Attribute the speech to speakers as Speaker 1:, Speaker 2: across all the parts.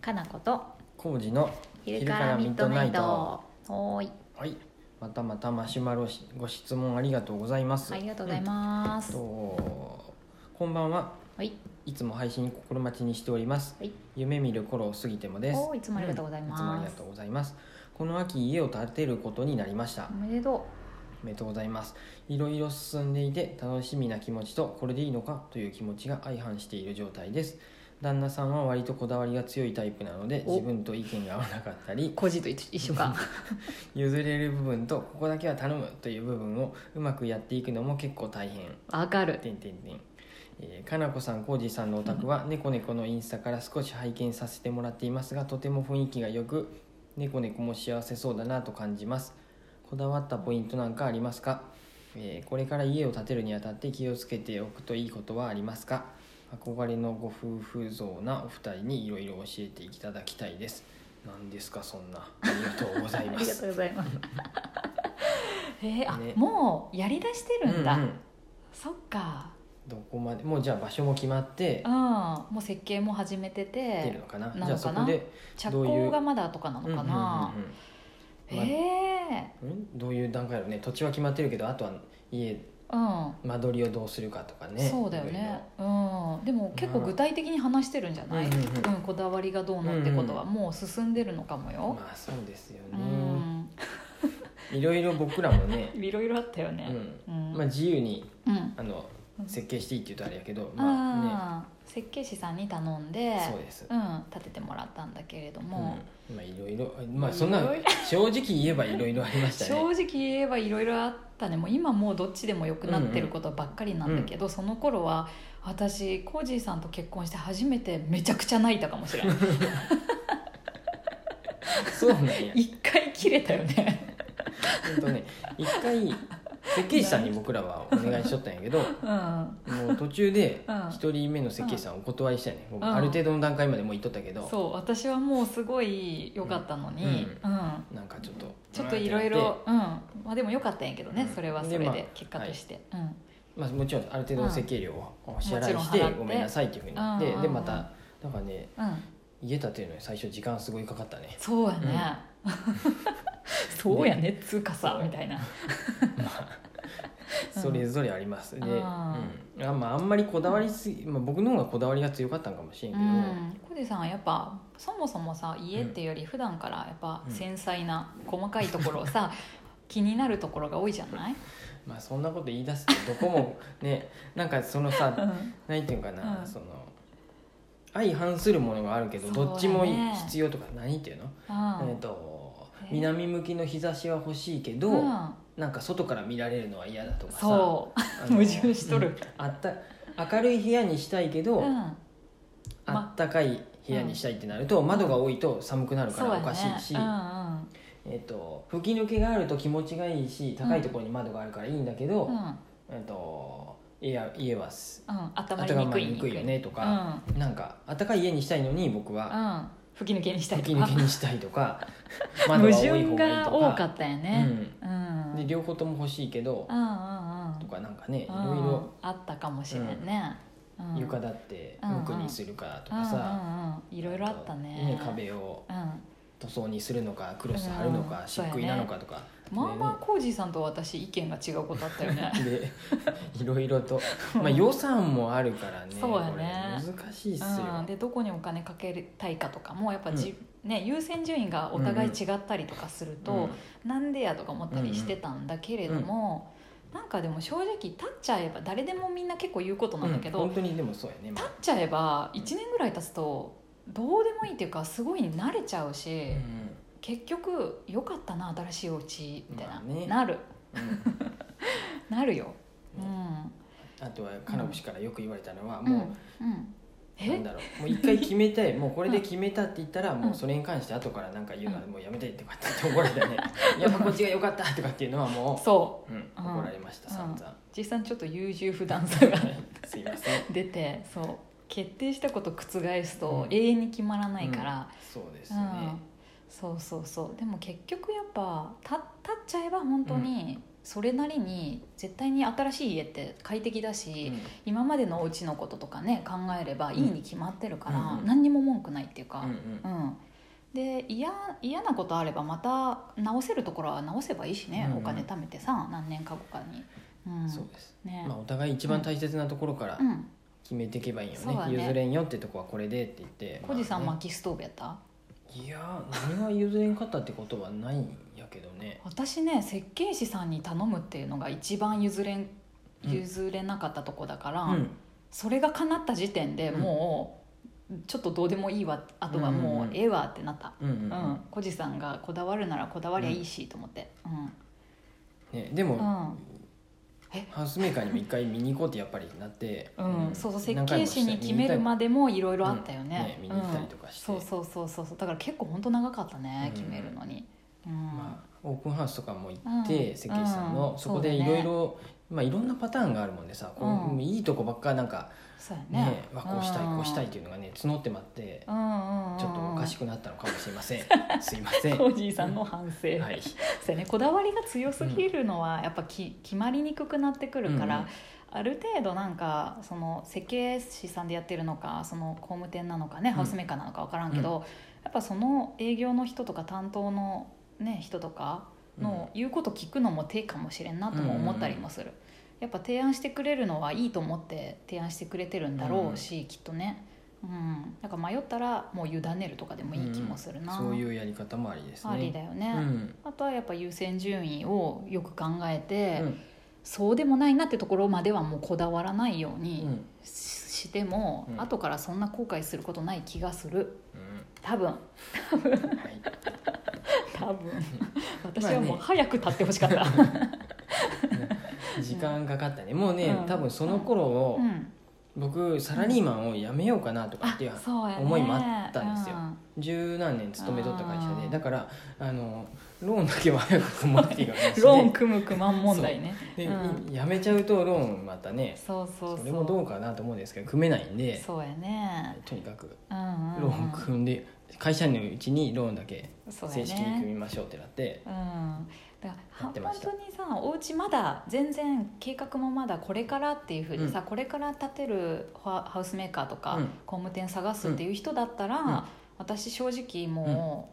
Speaker 1: かなこと
Speaker 2: 工事の
Speaker 1: 昼からミッドナイ
Speaker 2: 昼から
Speaker 1: トおーい
Speaker 2: はいまたまたマシュマロしご質問ありがとうございます
Speaker 1: ありがとうございま
Speaker 2: うん
Speaker 1: す、
Speaker 2: とこんばんは
Speaker 1: はい
Speaker 2: いつも配信心待ちにしております、
Speaker 1: はい
Speaker 2: 夢見る頃を過ぎてもです
Speaker 1: おーいつもありがとうございます
Speaker 2: んいつもありがとうございますこの秋家を建てることになりました
Speaker 1: おめでと
Speaker 2: おめでとうございますいろいろ進んでいて楽しみな気持ちとこれでいいのかという気持ちが相反している状態です旦那さんは割とこだわりが強いタイプなので
Speaker 1: お
Speaker 2: 自分と意見が合わなかったり
Speaker 1: う個人と一緒か
Speaker 2: 譲れる部分とここだけは頼むという部分をうまくやっていくのも結構大変
Speaker 1: わかる
Speaker 2: てんてんてんえーかなこさん、こうじさんのお宅は、猫猫のインスタから少し拝見させてもらっていますが、とても雰囲気が良く、猫猫も幸せそうだなと感じます。こだわったポイントなんかありますか、えーこれから家を建てるにあたって気をつけておくといいことはありますか憧れのご夫婦像なお二人にいろいろ教えていただきたいです。何ですか、そんな。ありがとうござい
Speaker 1: あ
Speaker 2: ま
Speaker 1: りが
Speaker 2: す
Speaker 1: と。うござい ますえーあ、
Speaker 2: ね
Speaker 1: もうやりだしてるんだ、
Speaker 2: うんうん
Speaker 1: そっか
Speaker 2: どこまで、もうじゃあ場所も決まって
Speaker 1: うん、、もう設計も始めて
Speaker 2: 出る
Speaker 1: て
Speaker 2: のかな。
Speaker 1: なのかな
Speaker 2: じゃあそこで、
Speaker 1: 着
Speaker 2: どういう
Speaker 1: 工がまだとかなのかな
Speaker 2: うんうんうんうんうんうん
Speaker 1: え
Speaker 2: うんどういう段階だろうね土地は決まってるけどあとは家
Speaker 1: えうん
Speaker 2: 間取りをどうするかとかね
Speaker 1: そうだよね、うん、でも結構具体的に話してるんじゃない、
Speaker 2: う
Speaker 1: うんん
Speaker 2: うんうん
Speaker 1: こだわりがどうのってことはもう進んでるのかも
Speaker 2: いろいろ
Speaker 1: よ、
Speaker 2: まあそうですよ
Speaker 1: う
Speaker 2: ね
Speaker 1: ん、
Speaker 2: いろいろ僕らもね
Speaker 1: いろいろあったよ ね
Speaker 2: う
Speaker 1: うん
Speaker 2: んまあ、自由に
Speaker 1: うん
Speaker 2: あの設計していいって言うとあれやけどま
Speaker 1: あー設計士さんに頼ん
Speaker 2: あ
Speaker 1: で
Speaker 2: ねそうです
Speaker 1: うん、立ててもらったんだけれども、
Speaker 2: うんまあいろいろまあそんない
Speaker 1: ろいろ
Speaker 2: 正直言えばいろいろありました
Speaker 1: 正
Speaker 2: ね
Speaker 1: 直言えばいろいろあったねもう今もうどっちでもよくなってることばっかりなんだけど、その頃は私コージーさんと結婚して初めてめちゃくちゃ泣いたかもしれない
Speaker 2: そうなんや
Speaker 1: 一回切れたよね
Speaker 2: ほんとね一回設計士さんに僕らはお願いしとったんやけど
Speaker 1: うん
Speaker 2: もう途中で
Speaker 1: うん
Speaker 2: 一人目の設計士さんお断りしたよね、もううんある程度の段階までもう言っとったけど、
Speaker 1: そう私はもうすごい良かったのに、うん
Speaker 2: なんかちょっと
Speaker 1: ちょっといろいろ、うんまあ、でも良かったんやけどね、
Speaker 2: うん
Speaker 1: それはそれ
Speaker 2: でまあ
Speaker 1: で結果として、
Speaker 2: まあ、もちろんある程度の設計料をお支払い
Speaker 1: も
Speaker 2: し
Speaker 1: ちろん払
Speaker 2: て
Speaker 1: って
Speaker 2: ごめんなさいっていうふうになって、
Speaker 1: うんうんうん
Speaker 2: でまたなんかね
Speaker 1: うん、うん、
Speaker 2: 家建てるのに最初時間すごいかかったね
Speaker 1: そうやね、 そうやねつうかさ
Speaker 2: そう
Speaker 1: みたいなうん
Speaker 2: それぞれあります、で、うん
Speaker 1: あ
Speaker 2: あまあ、あんまりこだわりすぎ、まあ、僕の方がこだわりが強かったんかもしれん
Speaker 1: う
Speaker 2: けど、
Speaker 1: ん小路さんはやっぱそもそもさ家っていうより普段からやっぱ
Speaker 2: うん
Speaker 1: 繊細な細かいところを さ気になるところが多いじゃない、
Speaker 2: まあそんなこと言い出すとどこもねなんかそのさ何て言うかな、
Speaker 1: うん
Speaker 2: その相反するものがあるけ
Speaker 1: そ
Speaker 2: ど、
Speaker 1: うだね
Speaker 2: どっちもいい必要とか何っていうの、
Speaker 1: うん
Speaker 2: えっ、と
Speaker 1: ね
Speaker 2: 南向きの日差しは欲しいけど、
Speaker 1: うん、
Speaker 2: なんか外から見られるのは嫌だとかさ
Speaker 1: そ
Speaker 2: あ
Speaker 1: う
Speaker 2: の
Speaker 1: 矛盾しとる、
Speaker 2: あった明るい部屋にしたいけど、
Speaker 1: うん
Speaker 2: あったかい部屋にしたいってなると、窓が多いと寒くなるか
Speaker 1: そう
Speaker 2: ら
Speaker 1: や
Speaker 2: お
Speaker 1: ね
Speaker 2: かしいし、
Speaker 1: うんうん
Speaker 2: えっと吹き抜けがあると気持ちがいいし高いところに窓があるからいいんだけど、
Speaker 1: うん
Speaker 2: えっといや家はす
Speaker 1: うん、温まり
Speaker 2: 温
Speaker 1: に
Speaker 2: ま
Speaker 1: く
Speaker 2: り
Speaker 1: い
Speaker 2: にくいよねと
Speaker 1: うん、
Speaker 2: か、なんかあったかい家にしたいのに僕は
Speaker 1: うん、吹き抜けにしたい
Speaker 2: 吹き
Speaker 1: とか
Speaker 2: 抜けにしたいとか
Speaker 1: 矛
Speaker 2: 窓が多い
Speaker 1: 盾
Speaker 2: 方がいい
Speaker 1: が
Speaker 2: と
Speaker 1: 多
Speaker 2: か
Speaker 1: かったよねうん、うん、
Speaker 2: うん、で両方とも欲しいけど
Speaker 1: うんうんうん
Speaker 2: とかなんかねいろい
Speaker 1: うん
Speaker 2: ろ
Speaker 1: あったかもしれんね、うん
Speaker 2: 床だって
Speaker 1: うんうん
Speaker 2: 無垢にするかとかさ、
Speaker 1: うんうんうん、いろいろあったね
Speaker 2: 壁を
Speaker 1: うん、
Speaker 2: 塗装にするのかクロス貼るのか、
Speaker 1: うん
Speaker 2: 漆喰なのかとか、
Speaker 1: まあまあコージーさんと私意見が違うことあったよね
Speaker 2: でいろい ろと、まあ、予算もあるからね
Speaker 1: そうやね
Speaker 2: これ難 しいっすよ、
Speaker 1: うん、でどこにお金かけたいかとかもやっぱじ、ね、優先順位がお互い違ったりとかすると、
Speaker 2: うん
Speaker 1: なんでやとか思ったりしてたんだけれども、なんかでも正直立っちゃえば誰でもみんな結構言うことなんだけど、
Speaker 2: うん本当にでもそうやね、ま
Speaker 1: 立っ
Speaker 2: あ
Speaker 1: ちゃえば1年ぐらい経つとどうでもいいっていうかすごい慣れちゃうし、
Speaker 2: う
Speaker 1: 結局良かったな新しいお家みたいな、
Speaker 2: まあね
Speaker 1: なる
Speaker 2: んうん
Speaker 1: なるよ、う
Speaker 2: うん
Speaker 1: ん
Speaker 2: あとは金星からよく言われたのは、
Speaker 1: うん
Speaker 2: も
Speaker 1: うん
Speaker 2: う、
Speaker 1: え
Speaker 2: なんだろうもう一回決 めてもうこれで決めたって言ったら、もうんうそれに関して後からなんか言うのはもうやめてとかって怒られ たねやっぱこっちが良かったとかっていうのはも
Speaker 1: そう
Speaker 2: う、うん、怒られました、
Speaker 1: うん
Speaker 2: 散々、
Speaker 1: 実際にちょっと優柔不 断さが
Speaker 2: すいません
Speaker 1: 出てそう決定したこと覆すと
Speaker 2: うん
Speaker 1: 永遠に決まらないから、
Speaker 2: そうです
Speaker 1: う
Speaker 2: ね、
Speaker 1: んそうそうそうでも結局やっぱ立立っちゃえば本当にそれなりに絶対に新しい家って快適だし、今までのお家のこととかね考えればいいに決まってるから、
Speaker 2: うんうん
Speaker 1: 何にも文句ないっていうか、
Speaker 2: うんうん
Speaker 1: うん、で嫌嫌なことあればまた直せるところは直せばいいしね、
Speaker 2: うんうん
Speaker 1: お金貯めてさ何年か後かに、うん、
Speaker 2: そうです、
Speaker 1: ね、
Speaker 2: まあ、お互い一番大切なところから
Speaker 1: うん
Speaker 2: 決めていけばいいよ
Speaker 1: そう
Speaker 2: ね,、
Speaker 1: だね
Speaker 2: 譲れんよってとこはこれでって言って
Speaker 1: 小路さん
Speaker 2: まあね
Speaker 1: 薪ストーブやった
Speaker 2: いや何が譲れんかったってことはないんやけどね
Speaker 1: 私ね設計士さんに頼むっていうのが一番譲れん
Speaker 2: うん
Speaker 1: 譲れなかったとこだから、
Speaker 2: うん
Speaker 1: それが叶った時点で
Speaker 2: うん
Speaker 1: もう、ちょっとどうでもいいわあとは
Speaker 2: うんう
Speaker 1: もう
Speaker 2: んうん
Speaker 1: ええわってなった、
Speaker 2: うんうんうん
Speaker 1: うん小路さんがこだわるならこだわりゃいいしと思って
Speaker 2: ね、でも、
Speaker 1: うんえ
Speaker 2: ハウスメーカーにも一回見に行こうってやっぱりなって、
Speaker 1: うん、うんそうそう設
Speaker 2: 何回
Speaker 1: 計
Speaker 2: も
Speaker 1: 士に決めるまでもいろいろあったよね,、
Speaker 2: うんね見に行ったりとかして
Speaker 1: うんそうそうそうそうだから結構本当長かったね、
Speaker 2: うん
Speaker 1: 決めるのに、うん
Speaker 2: まあ、オープンハウスとかも行って、
Speaker 1: うん
Speaker 2: 設計士さんの、
Speaker 1: うん
Speaker 2: そこで
Speaker 1: そう
Speaker 2: い
Speaker 1: だね
Speaker 2: ろいろまあいろんなパターンがあるもんでさ、こう
Speaker 1: うん
Speaker 2: いいとこばっかなんか
Speaker 1: そうや
Speaker 2: ね
Speaker 1: ね
Speaker 2: わこうしたい
Speaker 1: ん
Speaker 2: こうしたいっていうのがね募ってまって
Speaker 1: う、んうんうんうん
Speaker 2: ちょっとおかしくなったのかもしれません、 すいませ ん
Speaker 1: コージーさんの反省、
Speaker 2: はい、
Speaker 1: そうやね、こだわりが強すぎるのはやっぱき、決まりにくくなってくるから、
Speaker 2: うんうん
Speaker 1: ある程度なんかその設計士さんでやってるのかその工務店なのかね、
Speaker 2: うん
Speaker 1: ハウスメーカーなのか分からんけど、やっぱその営業の人とか担当の、ね、人とかの言うこと聞くのも手かもしれんなとも思ったりもする、やっぱ提案してくれるのはいいと思って提案してくれてるんだろうし、きっとね、うん、なんか迷ったらもう委ねるとかでもいい気もするな、
Speaker 2: そういうやり方もありですね
Speaker 1: ありだよね。
Speaker 2: うん
Speaker 1: あとはやっぱ優先順位をよく考えて、
Speaker 2: うん
Speaker 1: そうでもないなってところまではもうこだわらないよう
Speaker 2: うん
Speaker 1: にし,、しても、
Speaker 2: うん
Speaker 1: 後からそんな後悔することない気がする
Speaker 2: う
Speaker 1: 多分
Speaker 2: んはい
Speaker 1: 多分 私は
Speaker 2: ま
Speaker 1: も
Speaker 2: あ
Speaker 1: う
Speaker 2: ね
Speaker 1: 早く立ってほしか った、
Speaker 2: 時間かかったねもうね、
Speaker 1: うん
Speaker 2: 多分その頃を、
Speaker 1: うん、
Speaker 2: 僕サラリーマンを辞めようかなとか
Speaker 1: あ
Speaker 2: っていう
Speaker 1: そうや、ね、
Speaker 2: 思いもあったんですよ
Speaker 1: うん
Speaker 2: 十何年勤めとった会社
Speaker 1: あ
Speaker 2: で
Speaker 1: ー
Speaker 2: だからあのローンだけは早く組まっていいから
Speaker 1: ローン組む組まん問題ね
Speaker 2: で、
Speaker 1: うん
Speaker 2: 辞めちゃうとローンまたね
Speaker 1: そうそうそう
Speaker 2: それもどうかなと思うんですけど組めないんで
Speaker 1: そうやね
Speaker 2: とにかく
Speaker 1: うんうん、
Speaker 2: ローン組んで会社員のうちにローンだけ
Speaker 1: そうやね
Speaker 2: 正式に組みましょうってなって
Speaker 1: うんだから
Speaker 2: やっ
Speaker 1: は
Speaker 2: て
Speaker 1: 本
Speaker 2: ました
Speaker 1: 当にさお家まだ全然計画もまだこれからっていうふうにさ、これから建てるハハウスメーカーとか、
Speaker 2: うん
Speaker 1: 工務店探すっていう人だったら、
Speaker 2: うん
Speaker 1: 私正直も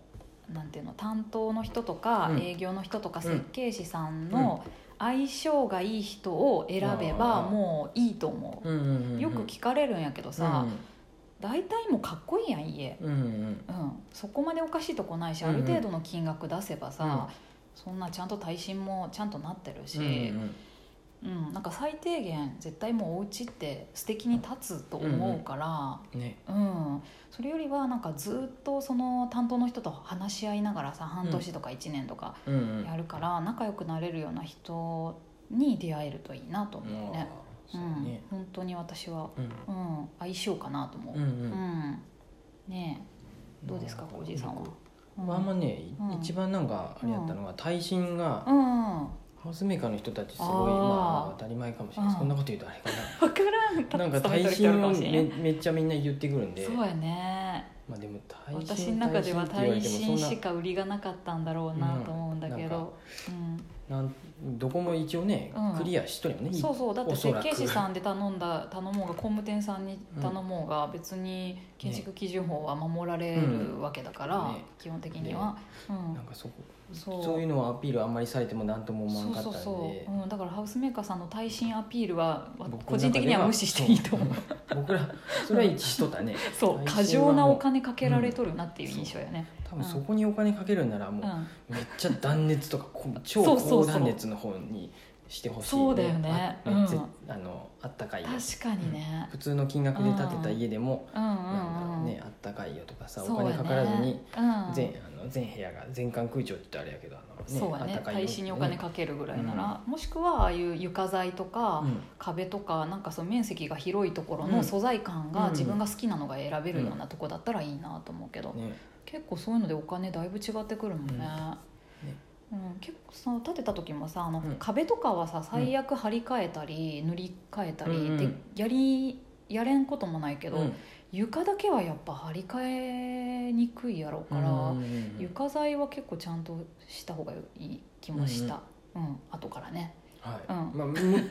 Speaker 1: う、なんていうの担当の人とか、
Speaker 2: うん
Speaker 1: 営業の人とか
Speaker 2: ん
Speaker 1: 設計士さんの相性がいい人を選べば
Speaker 2: あー
Speaker 1: もういいと思う、
Speaker 2: うんうんうんうん
Speaker 1: よく聞かれるんやけどさ、大体もうかっこいいやん家。
Speaker 2: うんうん
Speaker 1: うん、そこまでおかしいとこないし
Speaker 2: うん
Speaker 1: あ
Speaker 2: うん
Speaker 1: る程度の金額出せばさ、
Speaker 2: うん
Speaker 1: そんなちゃんと耐震もちゃんとなってるし、
Speaker 2: うんう
Speaker 1: うん
Speaker 2: うん
Speaker 1: んなんか最低限絶対もうお家って素敵に立つと思うから、
Speaker 2: うんね
Speaker 1: うんそれよりはなんかずっとその担当の人と話し合いながらさ半年とか1年とか
Speaker 2: うんうん
Speaker 1: やるから仲良くなれるような人に出会えるといいなと思うね。
Speaker 2: あ
Speaker 1: う
Speaker 2: ーそうんね
Speaker 1: 本当に私は、
Speaker 2: うん
Speaker 1: うん、相性かなと思う。
Speaker 2: うんう
Speaker 1: うんんねえどうですかおじいさんは。う
Speaker 2: 僕あんまね、い
Speaker 1: うん
Speaker 2: 一番なんかあれやったのは耐震が、
Speaker 1: うんうん
Speaker 2: ハウスメーカーの人たちすごい
Speaker 1: あー
Speaker 2: まあ当たり前かもしれないです
Speaker 1: うん
Speaker 2: こんなこと言うとあれか
Speaker 1: 分からん
Speaker 2: ななんか
Speaker 1: 勤め
Speaker 2: 耐
Speaker 1: とる人おる
Speaker 2: 震
Speaker 1: か
Speaker 2: を
Speaker 1: もしれん
Speaker 2: めめっちゃみんな言ってくるんで
Speaker 1: そうやね
Speaker 2: まあでも耐震
Speaker 1: 私の中では耐震
Speaker 2: って
Speaker 1: し
Speaker 2: 言われても
Speaker 1: か売りがなかったんだろうなと思うんだけど、
Speaker 2: そんななんどこも一応ね、
Speaker 1: うん
Speaker 2: クリアしとるよね
Speaker 1: うんそうそうだって
Speaker 2: おそ
Speaker 1: 設
Speaker 2: らく
Speaker 1: 計士さんで頼んだ頼もうが工務店さんに頼もうが、別に建築基準法は守られるわけだから、
Speaker 2: うんね
Speaker 1: 基本的には、うん
Speaker 2: なんかそこ
Speaker 1: そう
Speaker 2: そういうのはアピールあんまりされても何とも思わ
Speaker 1: そ
Speaker 2: な
Speaker 1: う
Speaker 2: かった
Speaker 1: そ
Speaker 2: ん
Speaker 1: う
Speaker 2: で
Speaker 1: そう、うん、だからハウスメーカーさんの耐震アピールは
Speaker 2: 僕の中で
Speaker 1: 個人的には無視していいと思う
Speaker 2: そう僕らそれは一致しとったね
Speaker 1: そう過剰なお金かけられとるなっていう印象やね、
Speaker 2: 多分そこにお金かけるならもう、
Speaker 1: うん、
Speaker 2: めっちゃ断熱とかこう超
Speaker 1: そうそうそう
Speaker 2: 高断熱の方にしてほしいね
Speaker 1: そうだよね
Speaker 2: あ
Speaker 1: うん
Speaker 2: ぜあのあったかいよ
Speaker 1: 確かにね、
Speaker 2: 普通の金額で建てた家でも、
Speaker 1: うん、うん
Speaker 2: なんだろ
Speaker 1: うん
Speaker 2: うねあったかいよとかさ、
Speaker 1: そ
Speaker 2: お
Speaker 1: うやね
Speaker 2: 金かからずに
Speaker 1: うん
Speaker 2: 全,、あの全部屋が全館空調って言ったらあれやけどあの、
Speaker 1: そうや
Speaker 2: あっ
Speaker 1: ね
Speaker 2: たかいよ
Speaker 1: 耐震にお金かけるぐらいなら、もしくはああいう床材とか、
Speaker 2: うん
Speaker 1: 壁とかなんかその面積が広いところ
Speaker 2: うん
Speaker 1: の素材感
Speaker 2: うんう
Speaker 1: が
Speaker 2: ん
Speaker 1: 自分が好きなのが選べるようなとこだったらいいなと思うけど、
Speaker 2: ね
Speaker 1: 結構そういうのでお金だいぶ違ってくるもんね。
Speaker 2: うんね
Speaker 1: うん、結構その建てた時もさあの
Speaker 2: うん
Speaker 1: 壁とかはさ最悪張り替えたり塗り替えた
Speaker 2: うんうん
Speaker 1: りでやりやれんこともないけ
Speaker 2: け
Speaker 1: ど、床だけはやっぱ張り替えにくいやろうから、
Speaker 2: うん
Speaker 1: 床材は結構ちゃんとした方がいい気もした、うん後からね
Speaker 2: はい、
Speaker 1: うん
Speaker 2: まあむ言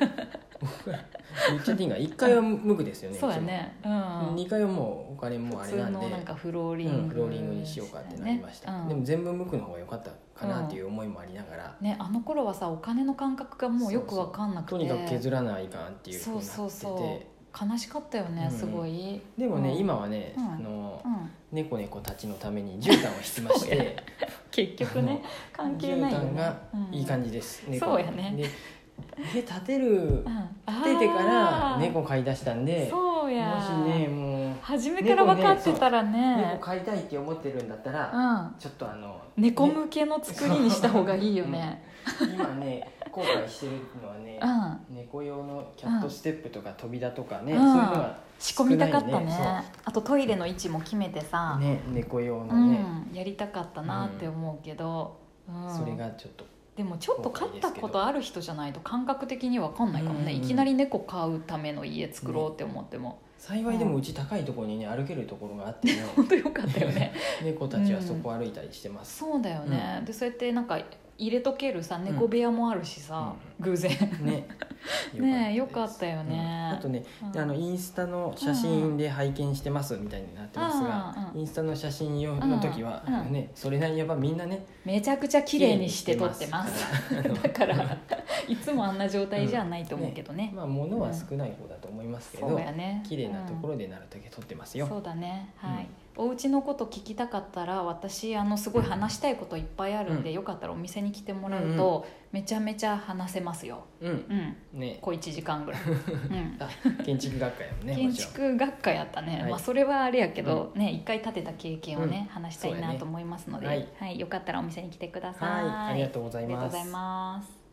Speaker 2: っちゃっていいんか1階は無垢ですよね
Speaker 1: そうやねう
Speaker 2: うちも
Speaker 1: ん
Speaker 2: 2階はもうお金もあ
Speaker 1: 普
Speaker 2: れな
Speaker 1: 通
Speaker 2: ん
Speaker 1: の
Speaker 2: で
Speaker 1: なんかフローリ
Speaker 2: う
Speaker 1: ン
Speaker 2: ん、
Speaker 1: グ
Speaker 2: フローリングにしようかってなりました、
Speaker 1: ねうん
Speaker 2: でも全部無垢の方が良かったかなっていう思いもありながら、
Speaker 1: ねあの頃はさお金の感覚がもうよくわかんなくて
Speaker 2: とにかく削らないかんっていうふうになってて
Speaker 1: そうそうそ悲しかったよね、
Speaker 2: うん
Speaker 1: すごい
Speaker 2: でもね、
Speaker 1: うん
Speaker 2: 今はね、
Speaker 1: うん
Speaker 2: あの
Speaker 1: うん、
Speaker 2: 猫猫たちのために絨毯を引きまし
Speaker 1: そうや
Speaker 2: て
Speaker 1: 結局ね 関係ないよ、ね、
Speaker 2: 絨毯がいい感じです、猫
Speaker 1: そうやね
Speaker 2: で家建てる
Speaker 1: うん、うんあー
Speaker 2: 建ててから猫飼い出したんでも
Speaker 1: そう
Speaker 2: し
Speaker 1: や
Speaker 2: ねもう
Speaker 1: 初めから分かってたら
Speaker 2: 猫
Speaker 1: ね
Speaker 2: 飼いたいって思ってるんだった
Speaker 1: う
Speaker 2: ら、
Speaker 1: ん
Speaker 2: ちょっとあの
Speaker 1: 猫
Speaker 2: ね
Speaker 1: 向けの作りにした方がいいよね
Speaker 2: 今ね後悔してるのは ね
Speaker 1: う、ん
Speaker 2: 猫用のキャットステップとか扉とかね、
Speaker 1: うん
Speaker 2: そういうのが
Speaker 1: 仕込みたかった
Speaker 2: 少な
Speaker 1: ね
Speaker 2: いねそう
Speaker 1: あとトイレの位置も決めてさ、
Speaker 2: ね猫用
Speaker 1: う
Speaker 2: のね、
Speaker 1: ん、やりたかったなって思うけど、うん
Speaker 2: それがちょっと
Speaker 1: でもちょっと飼ったことある人じゃないと感覚的に分かんないかもね、
Speaker 2: うんうん
Speaker 1: いきなり猫飼うための家作ろうって思っても、
Speaker 2: 幸いでもうち高いところにね歩けるところがあってね
Speaker 1: 本当よかったよね
Speaker 2: 猫たちはそこ歩いたりしてます、
Speaker 1: そうだよね、でそうやってなんか入れとけるさ猫部屋もあるしさ、偶然
Speaker 2: ね
Speaker 1: ね
Speaker 2: 良
Speaker 1: よかったよね
Speaker 2: うんあとね、
Speaker 1: うん
Speaker 2: あのインスタの写真で拝見してますみたいになってますが、
Speaker 1: うん
Speaker 2: インスタの写真用の時は、
Speaker 1: うん
Speaker 2: あのねそれなりにやっぱみんなね
Speaker 1: めちゃくちゃ綺麗にして撮ってます
Speaker 2: 綺麗にしてま す
Speaker 1: だからいつもあんな状態じゃないと思うけど ね,、
Speaker 2: まあ物は少ない方だと思いますけど、
Speaker 1: そうやね
Speaker 2: 綺麗なとこ
Speaker 1: ろ
Speaker 2: ろでなるだけ撮ってますよ、
Speaker 1: そうだね
Speaker 2: うん
Speaker 1: はい、お家のこと聞きたかったら私あのすごい話したいこといっぱいあるんで、
Speaker 2: う
Speaker 1: よかったらお店に来てもらうと、めちゃめちゃ話せますよ
Speaker 2: うん
Speaker 1: うん
Speaker 2: ね
Speaker 1: 小1時間ぐ らい、うん、
Speaker 2: あ建築学会もね
Speaker 1: 建
Speaker 2: もちろん
Speaker 1: 築学科やったね、
Speaker 2: はい
Speaker 1: まあ、それはあれやけど、ね一回建てた経験をね、
Speaker 2: うん
Speaker 1: 話したい
Speaker 2: そうや
Speaker 1: な
Speaker 2: ね
Speaker 1: と思いますので、
Speaker 2: はい
Speaker 1: はい、よかったらお店に来てください、
Speaker 2: はいありがとうござ
Speaker 1: あ
Speaker 2: い
Speaker 1: りがとう
Speaker 2: ま
Speaker 1: ござい
Speaker 2: す
Speaker 1: ます